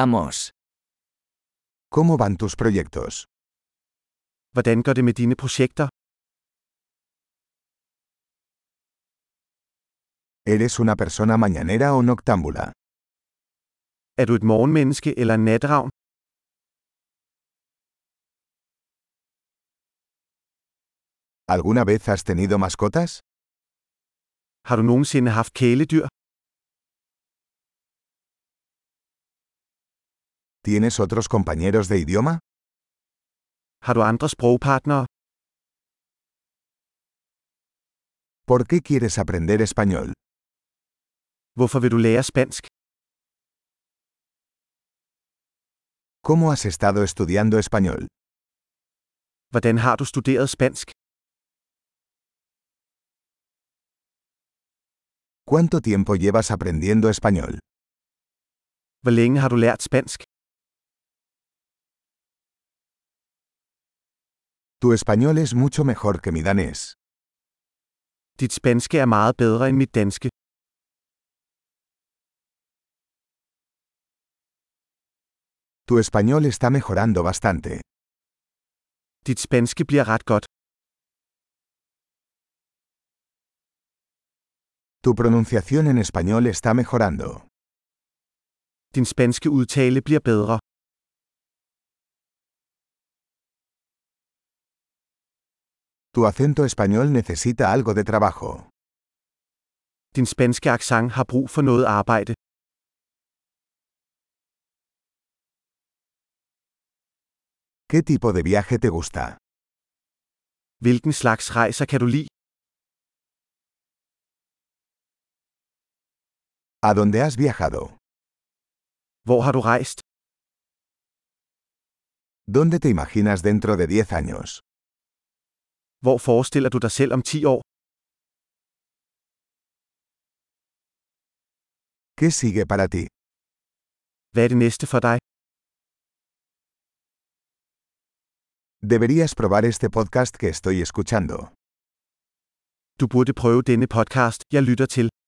Vamos. ¿Cómo van tus proyectos? Hvordan går det med dine projekter? ¿Eres una persona mañanera o noctámbula? Er du et morgenmenneske eller en natravn? ¿Alguna vez has tenido mascotas? Har du nogensinde haft kæledyr? ¿Tienes otros compañeros de idioma? Har du andre sprogpartnere? ¿Por qué quieres aprender español? Hvorfor vil du lære spansk? ¿Cómo has estado estudiando español? Hvordan har du studeret spansk? ¿Cuánto tiempo llevas aprendiendo español? Hvor længe har du lært spansk? Tu español es mucho mejor que mi danés. Dit spanske er meget bedre end mit danske. Tu español está mejorando bastante. Dit spanske bliver ret godt. Tu pronunciación en español está mejorando. Din spanske udtale bliver bedre. Tu acento español necesita algo de trabajo. Din spanske accent har brug for noget arbejde. ¿Qué tipo de viaje te gusta? Hvilken slags rejser kan du lide? ¿A dónde has viajado? Hvor har du rejst? ¿Dónde te imaginas dentro de 10 años? Hvor forestiller du dig selv om 10 år? ¿Qué sigue para ti? Hvad er det næste for dig? Deberías probar este podcast que estoy escuchando. Du burde prøve denne podcast, jeg lytter til.